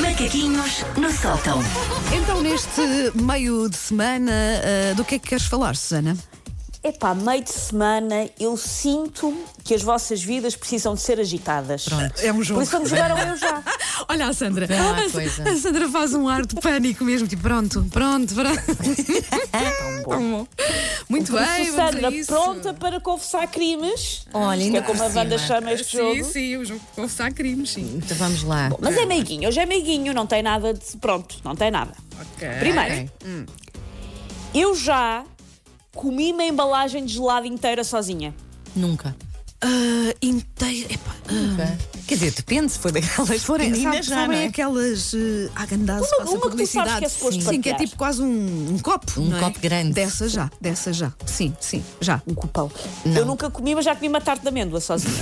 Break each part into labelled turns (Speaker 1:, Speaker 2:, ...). Speaker 1: Macaquinhos no sótão.
Speaker 2: Então, neste meio de semana, ah, do que é que queres falar, Susana?
Speaker 3: Epá, meio de semana eu sinto que as vossas vidas precisam de ser agitadas.
Speaker 2: É um jogo.
Speaker 3: Por isso vamos jogar ao eu já.
Speaker 2: Ah, Olha a Sandra.
Speaker 4: Não há
Speaker 2: a,
Speaker 4: coisa.
Speaker 2: a Sandra faz um ar de pânico mesmo, tipo, pronto, pronto, pronto. Tão bom. Muito
Speaker 4: Então,
Speaker 2: bem, vamos a
Speaker 3: Sandra,
Speaker 2: isso.
Speaker 3: pronta para confessar crimes.
Speaker 4: Olha,
Speaker 3: que
Speaker 4: ainda
Speaker 3: é como
Speaker 4: por
Speaker 3: a banda
Speaker 4: cima.
Speaker 3: chama este
Speaker 2: Sim,
Speaker 3: jogo.
Speaker 2: sim, o jogo de confessar crimes, sim.
Speaker 4: Então vamos lá.
Speaker 3: Mas é meiguinho, hoje é meiguinho, não tem nada de. Pronto, não tem nada.
Speaker 2: Ok.
Speaker 3: Primeiro,
Speaker 4: Ok.
Speaker 3: eu já comi uma embalagem de gelado inteira sozinha.
Speaker 4: Nunca.
Speaker 2: Ah, inteira. Epá, ah,
Speaker 4: Quer dizer, depende se for daquelas
Speaker 2: forem, sabe,
Speaker 4: pequeninas já, não
Speaker 2: sabem
Speaker 4: é?
Speaker 2: aquelas uh, agandazes
Speaker 3: Uma- uma que tu
Speaker 2: publicidade.
Speaker 3: sabes que é suposto
Speaker 2: sim, que é
Speaker 3: partilhar.
Speaker 2: tipo quase um, um copo.
Speaker 4: Um
Speaker 2: não é?
Speaker 4: copo grande.
Speaker 2: Dessa já, dessa já. Sim, sim, já.
Speaker 3: Um cupão. Eu nunca comi, mas já comi uma tarte de amêndoa sozinha.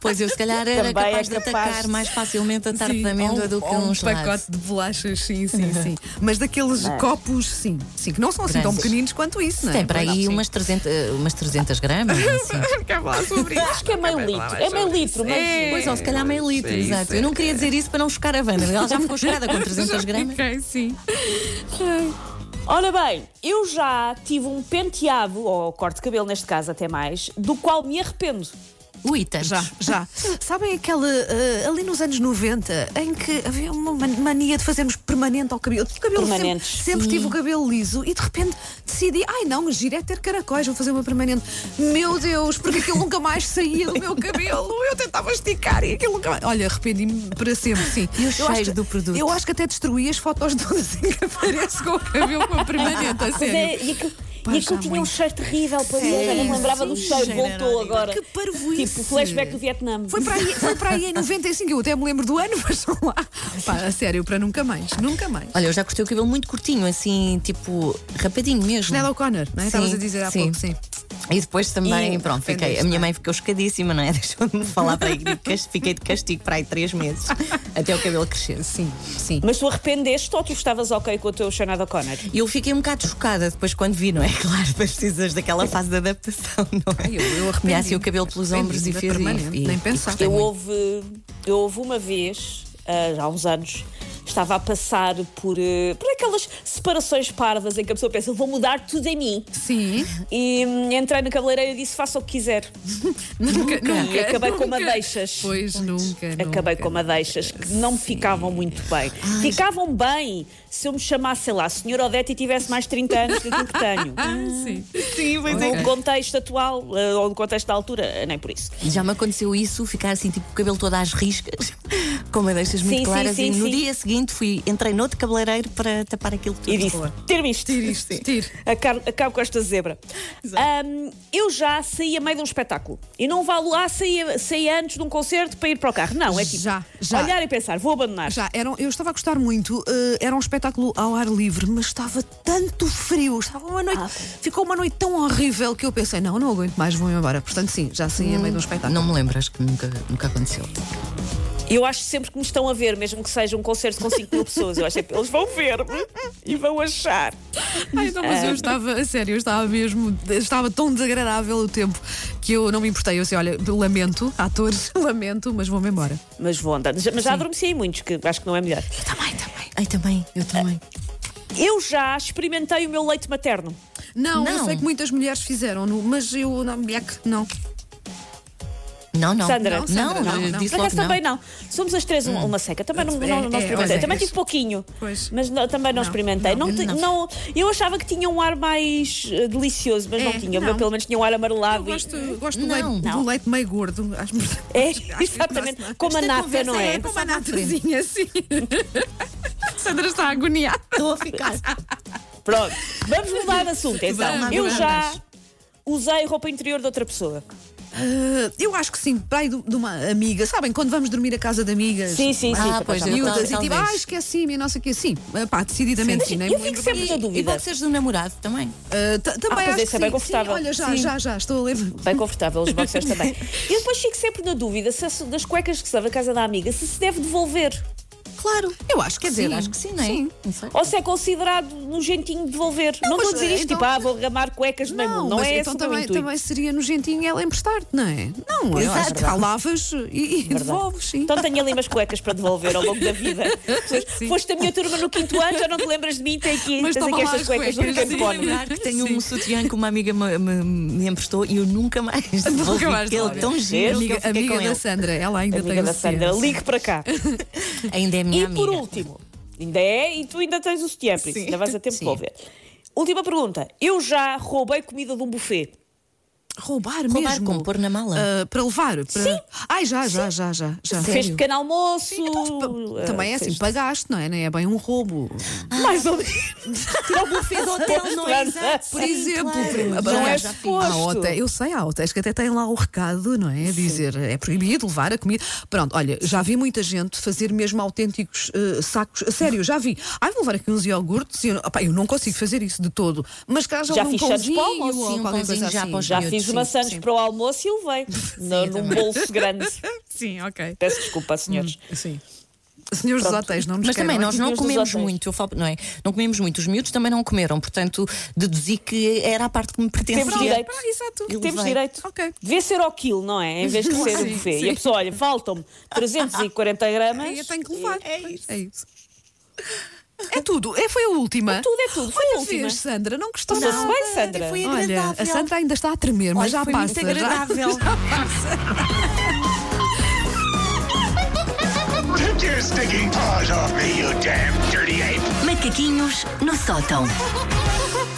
Speaker 4: Pois eu se calhar era
Speaker 3: Também
Speaker 4: capaz
Speaker 3: é
Speaker 4: de
Speaker 3: capaz
Speaker 4: atacar
Speaker 3: de-
Speaker 4: mais facilmente a tarde
Speaker 2: Sim,
Speaker 4: de amêndoa
Speaker 2: ou-
Speaker 4: do que
Speaker 2: ou
Speaker 4: um
Speaker 2: um
Speaker 4: gelado.
Speaker 2: pacote de bolachas, sim, sim, sim. Mas daqueles copos, sim, sim, que não são assim tão
Speaker 4: É. Grandes.
Speaker 2: pequeninos quanto isso, não é?
Speaker 4: Tem para aí
Speaker 2: Sim.
Speaker 4: umas 300, eh, umas 300 gramas, assim.
Speaker 3: Acho que é meio litro. É meio litro, mas.
Speaker 4: Pois, ou se calhar meio litro, exato. Eu não queria dizer isso para não chocar a Wanda. Ela já ficou chocada com 300 gramas.
Speaker 2: Ok, sim.
Speaker 3: Ora bem, eu já tive um penteado, ou corte de cabelo neste caso até mais, do qual me arrependo.
Speaker 4: Ui, tantos.
Speaker 2: Já, já. Sabem aquela, ah, ali nos anos 90, em que havia uma man- mania de fazermos permanente ao cabelo. O cabelo sempre,
Speaker 3: Permanentes,
Speaker 2: sempre tive o cabelo liso e de repente decidi, ai não, giro é ter caracóis, vou fazer uma permanente. Meu Deus, porque aquilo nunca mais saía do meu cabelo. Eu tentava esticar e aquilo nunca mais. Olha, arrependi-me para sempre, sim.
Speaker 4: E o
Speaker 2: Eu acho
Speaker 4: cheiro
Speaker 2: que-
Speaker 4: do produto?
Speaker 2: Eu acho que até destruí as fotos todas em que aparece com o cabelo com a permanente, a
Speaker 3: Pois é,
Speaker 2: sério.
Speaker 3: e aquilo,
Speaker 2: Pá,
Speaker 3: e
Speaker 2: já
Speaker 3: aquilo tinha um
Speaker 2: muito.
Speaker 3: cheiro terrível, pois eu já não me lembrava do cheiro, voltou agora.
Speaker 2: Que parvoíce.
Speaker 3: Tipo o flashback do Vietnã.
Speaker 2: Foi para, aí, foi para aí em 95, eu até me lembro do ano, mas não lá. Pá, a sério, para nunca mais, nunca mais.
Speaker 4: Olha, eu já cortei o cabelo muito curtinho, assim, tipo, rapadinho mesmo.
Speaker 2: Nela O'Connor, não é?
Speaker 4: Sim,
Speaker 2: Estavas a dizer há
Speaker 4: sim.
Speaker 2: pouco, sim.
Speaker 4: E depois também,
Speaker 2: E
Speaker 4: pronto, fiquei. A
Speaker 2: arrependeste,
Speaker 4: minha mãe ficou chocadíssima, não é? Deixou de me falar para aí. de cas- Fiquei de castigo para aí três meses, até o cabelo crescer.
Speaker 2: Sim, sim.
Speaker 3: Mas tu arrependeste ou tu estavas ok com o teu Xanada Connor?
Speaker 4: E eu fiquei um bocado chocada depois quando vi, não é? Claro, mas precisas daquela fase de adaptação, não é?
Speaker 2: Ai, eu- eu arrependi-me.
Speaker 4: Tinha assim o cabelo pelos ombros e
Speaker 2: Arrependi-me,
Speaker 4: fez
Speaker 2: permanente,
Speaker 4: e, é
Speaker 2: nem
Speaker 4: e-
Speaker 2: pensar.
Speaker 4: e
Speaker 3: Eu
Speaker 4: gostei
Speaker 3: houve, eu houve uma vez, ah, já há uns anos, estava a passar por, eh, por aquelas separações parvas em que a pessoa pensa, vou mudar tudo em mim.
Speaker 2: Sim,
Speaker 3: E hum, entrei na cabeleireira e disse, faça o que quiser.
Speaker 2: nunca, nunca.
Speaker 3: E acabei com
Speaker 2: nunca.
Speaker 3: madeixas.
Speaker 2: Pois nunca.
Speaker 3: Acabei
Speaker 2: nunca.
Speaker 3: com madeixas que não me ficavam muito bem. ficavam bem se eu me chamasse, sei lá, Senhora Odete e tivesse mais 30 anos do que o que tenho.
Speaker 2: Ah, Sim.
Speaker 4: Sim, pois
Speaker 2: é.
Speaker 3: No contexto atual, eh, ou no contexto da altura, eh, nem por isso.
Speaker 4: Já me aconteceu isso, ficar assim, tipo, o cabelo todo às riscas, com madeixas muito
Speaker 3: Sim, sim,
Speaker 4: claras.
Speaker 3: sim,
Speaker 4: e no
Speaker 3: sim.
Speaker 4: dia seguinte fui, entrei noutro cabeleireiro para tapar aquilo tudo.
Speaker 3: E disse: tira-me isto.
Speaker 2: Tire isto, tire.
Speaker 3: Acabo, acabo com esta zebra. Ahm, eu já saí a meio de um espetáculo. E não valo ah, saí, saí antes de um concerto para ir para o carro. Não, é tipo
Speaker 2: Já, já.
Speaker 3: olhar e pensar, vou abandonar.
Speaker 2: Já, eram, eu estava a gostar muito, eh, era um espetáculo ao ar livre, mas estava tanto frio, estava uma
Speaker 4: Ah,
Speaker 2: noite, ficou uma noite tão horrível que eu pensei, não, não aguento mais, vou embora. Portanto, sim, já saí a meio de um espetáculo.
Speaker 4: Hum. Não me lembro, acho que nunca, nunca aconteceu.
Speaker 3: Eu acho sempre que me estão a ver, mesmo que seja um concerto com 5 mil pessoas. Eu acho sempre, eles vão ver-me e vão achar.
Speaker 2: Ai, não, mas
Speaker 3: É.
Speaker 2: eu estava, a sério, eu estava mesmo, estava tão desagradável o tempo que eu não me importei. Eu sei, olha, lamento, atores, lamento, mas vou-me embora.
Speaker 3: Mas vou andando. Já- Mas já adormeci em muitos, que acho que não é melhor.
Speaker 2: Também, também.
Speaker 4: Ai, também, eu também.
Speaker 3: Eu já experimentei o meu leite materno.
Speaker 2: Não, eu
Speaker 4: Não.
Speaker 2: sei que muitas mulheres fizeram, mas eu não, é que não.
Speaker 4: Não, não.
Speaker 3: Sandra.
Speaker 4: não,
Speaker 3: Não,
Speaker 2: Sandra, não,
Speaker 4: eu
Speaker 2: não.
Speaker 4: disse
Speaker 3: Por acaso
Speaker 4: logo
Speaker 3: também não. Somos as três um- uma seca. Também não, não, não,
Speaker 2: é,
Speaker 3: experimentei.
Speaker 2: pois é.
Speaker 3: também tive pouquinho.
Speaker 2: Pois.
Speaker 3: Mas não- também não,
Speaker 2: Não,
Speaker 3: experimentei. Não, ti-
Speaker 4: não.
Speaker 3: não- eu achava que tinha um ar mais eh, delicioso, mas
Speaker 2: É,
Speaker 3: não tinha. O meu
Speaker 2: não.
Speaker 3: pelo menos tinha um ar
Speaker 2: Eu
Speaker 3: amarelado. e-
Speaker 2: gosto, gosto do,
Speaker 4: Não,
Speaker 2: leite, do
Speaker 3: não.
Speaker 2: leite meio gordo. Acho,
Speaker 3: É,
Speaker 2: acho que-
Speaker 3: exatamente. Como a
Speaker 4: Esta
Speaker 3: nata,
Speaker 4: conversa
Speaker 3: não
Speaker 4: é
Speaker 3: é?
Speaker 4: com-
Speaker 2: Como a natazinha, assim. Sandra está agoniada.
Speaker 4: Estou a ficar.
Speaker 3: Pronto. Vamos mudar de assunto, então.
Speaker 4: Vamos,
Speaker 3: eu
Speaker 4: vamos.
Speaker 3: já usei roupa interior de outra pessoa.
Speaker 2: Ah, eu acho que sim, pai de de uma amiga. Sabem, quando vamos dormir à casa de amigas.
Speaker 3: Sim, sim, sim.
Speaker 4: Ah,
Speaker 3: por
Speaker 4: pois,
Speaker 3: acaso.
Speaker 4: eu-
Speaker 2: Miúdas, e tipo,
Speaker 4: Talvez.
Speaker 2: ah, esqueci-me, e não sei o quê. Sim, ah, pá, decididamente sim. nem
Speaker 3: eu
Speaker 2: me
Speaker 3: fico
Speaker 2: lembro
Speaker 3: sempre na
Speaker 4: E
Speaker 3: dúvida.
Speaker 4: boxers do namorado também.
Speaker 2: Uh, ta- também
Speaker 3: Ah, pois
Speaker 2: acho
Speaker 3: esse
Speaker 2: que
Speaker 3: é bem
Speaker 2: sim.
Speaker 3: confortável.
Speaker 2: Sim, olha, já,
Speaker 3: Sim.
Speaker 2: já, já, estou a ler.
Speaker 3: Bem confortável, os boxers também. Eu depois fico sempre na dúvida se, se- das cuecas que se leva à casa da amiga se se deve devolver.
Speaker 4: Claro.
Speaker 2: Eu acho que quer dizer,
Speaker 4: Sim,
Speaker 2: acho que sim, não é?
Speaker 4: sim.
Speaker 2: Não sei.
Speaker 3: Ou se é considerado nojentinho devolver. Não,
Speaker 2: mas,
Speaker 3: estou a dizer isto,
Speaker 2: então-
Speaker 3: tipo, ah, vou ramar cuecas no meio mundo. Não
Speaker 2: mas
Speaker 3: é
Speaker 2: então
Speaker 3: esse o meu
Speaker 2: também,
Speaker 3: intuito.
Speaker 2: também seria nojentinho ela emprestar-te, não é? Não, eu acho que
Speaker 4: Exato.
Speaker 2: alavas e, e
Speaker 3: Verdade.
Speaker 2: devolves, sim.
Speaker 3: Então tenho ali umas cuecas para devolver ao longo da vida.
Speaker 2: Sim.
Speaker 3: Foste a minha turma no quinto ano, já não te lembras de mim, tem aqui,
Speaker 2: Mas
Speaker 3: tens
Speaker 2: toma
Speaker 3: aqui
Speaker 2: lá
Speaker 3: estas
Speaker 2: as
Speaker 3: cuecas,
Speaker 2: cuecas,
Speaker 3: no
Speaker 2: sim.
Speaker 3: canto
Speaker 4: Que tenho
Speaker 2: Sim.
Speaker 4: um sutiã que uma amiga me, me- me emprestou e eu nunca mais devolvi.
Speaker 2: mais devolvi.
Speaker 4: Ele tão giro que eu
Speaker 2: Amiga,
Speaker 4: fiquei
Speaker 2: amiga
Speaker 4: com
Speaker 2: da
Speaker 4: ele.
Speaker 2: Sandra, ela ainda tem
Speaker 3: Amiga
Speaker 2: o
Speaker 3: da Sandra,
Speaker 2: ciência.
Speaker 3: ligue para cá.
Speaker 4: Ainda é minha
Speaker 3: E
Speaker 4: amiga.
Speaker 3: por último, ainda é, e tu ainda tens o sutiã, por isso
Speaker 4: Sim.
Speaker 3: ainda vais a tempo
Speaker 2: Sim.
Speaker 3: de devolver. Última pergunta. Eu já roubei comida de um buffet.
Speaker 2: Roubar,
Speaker 4: Roubar
Speaker 2: mesmo.
Speaker 4: como? Pôr na mala?
Speaker 2: Ah, para levar. Para... Sim. Ai, já, já, já, já. já.
Speaker 3: Fez pequeno almoço.
Speaker 4: então,
Speaker 2: Pa-
Speaker 4: tipo,
Speaker 3: ah,
Speaker 2: Também é assim,
Speaker 3: fez-
Speaker 2: pagaste, não é? Não é bem um roubo.
Speaker 3: Mais ou menos.
Speaker 4: Tirar o buffet do hotel, não é? Exato.
Speaker 2: Por
Speaker 4: Sim,
Speaker 2: exemplo,
Speaker 4: claro.
Speaker 2: prima-
Speaker 4: Já,
Speaker 3: Não é
Speaker 4: já fiz.
Speaker 3: suposto.
Speaker 2: Há hotéis- Ah, eu sei, há hotéis que até têm lá o recado, não é? A Dizer é proibido levar a comida. Pronto, olha, já vi muita gente fazer mesmo autênticos eh, sacos. A Sério, já vi. Ai, vou levar aqui uns iogurtes. E eu, opá, eu não consigo fazer isso de todo. Mas cá já,
Speaker 3: Já
Speaker 2: um
Speaker 3: fiz Santos
Speaker 2: pãozinho
Speaker 3: para o
Speaker 2: ou
Speaker 3: almoço, sim,
Speaker 4: um
Speaker 2: qualquer coisa
Speaker 4: pãozinho já
Speaker 2: assim.
Speaker 4: para os
Speaker 3: Já
Speaker 4: Miúdos,
Speaker 3: fiz
Speaker 4: sim,
Speaker 3: uma Santos
Speaker 4: sim.
Speaker 3: para o almoço e levei. No, num
Speaker 4: também. Hum.
Speaker 3: bolso grande.
Speaker 2: Sim, ok. Hum,
Speaker 3: Peço desculpa, senhores.
Speaker 2: Sim. Senhores dos
Speaker 3: Pronto.
Speaker 2: hotéis, não nos
Speaker 4: Mas também
Speaker 2: queiram.
Speaker 4: nós não
Speaker 3: Senhores dos
Speaker 4: comemos
Speaker 3: hotéis.
Speaker 4: muito, eu falo, não é? Não comemos muito, os miúdos também não comeram, portanto deduzi que era a parte que me pertencia.
Speaker 3: Temos direito.
Speaker 2: Ah, exato.
Speaker 4: Eu
Speaker 3: Temos
Speaker 4: levei.
Speaker 3: direito.
Speaker 2: Ok.
Speaker 3: Devia ser ao quilo, não é? Em vez de ser o
Speaker 2: Sim,
Speaker 3: buffet.
Speaker 2: sim.
Speaker 3: E a pessoa, olha, faltam-me 340
Speaker 2: Ai,
Speaker 3: gramas.
Speaker 2: eu tenho que levar. É isso. É isso. É tudo, é, foi a última.
Speaker 3: Tudo é tudo. Foi a
Speaker 2: Olha,
Speaker 3: última.
Speaker 2: vês, Sandra, não gostou
Speaker 3: Passou-se
Speaker 2: nada.
Speaker 3: bem, Sandra?
Speaker 4: Foi
Speaker 2: Olha,
Speaker 4: agradável.
Speaker 2: a Sandra ainda está a tremer, mas já
Speaker 4: Olha, foi
Speaker 2: passa.
Speaker 4: muito
Speaker 2: já-
Speaker 4: agradável.
Speaker 1: Take your stinking paws off me, you damn dirty ape!
Speaker 5: Macaquinhos no sótão.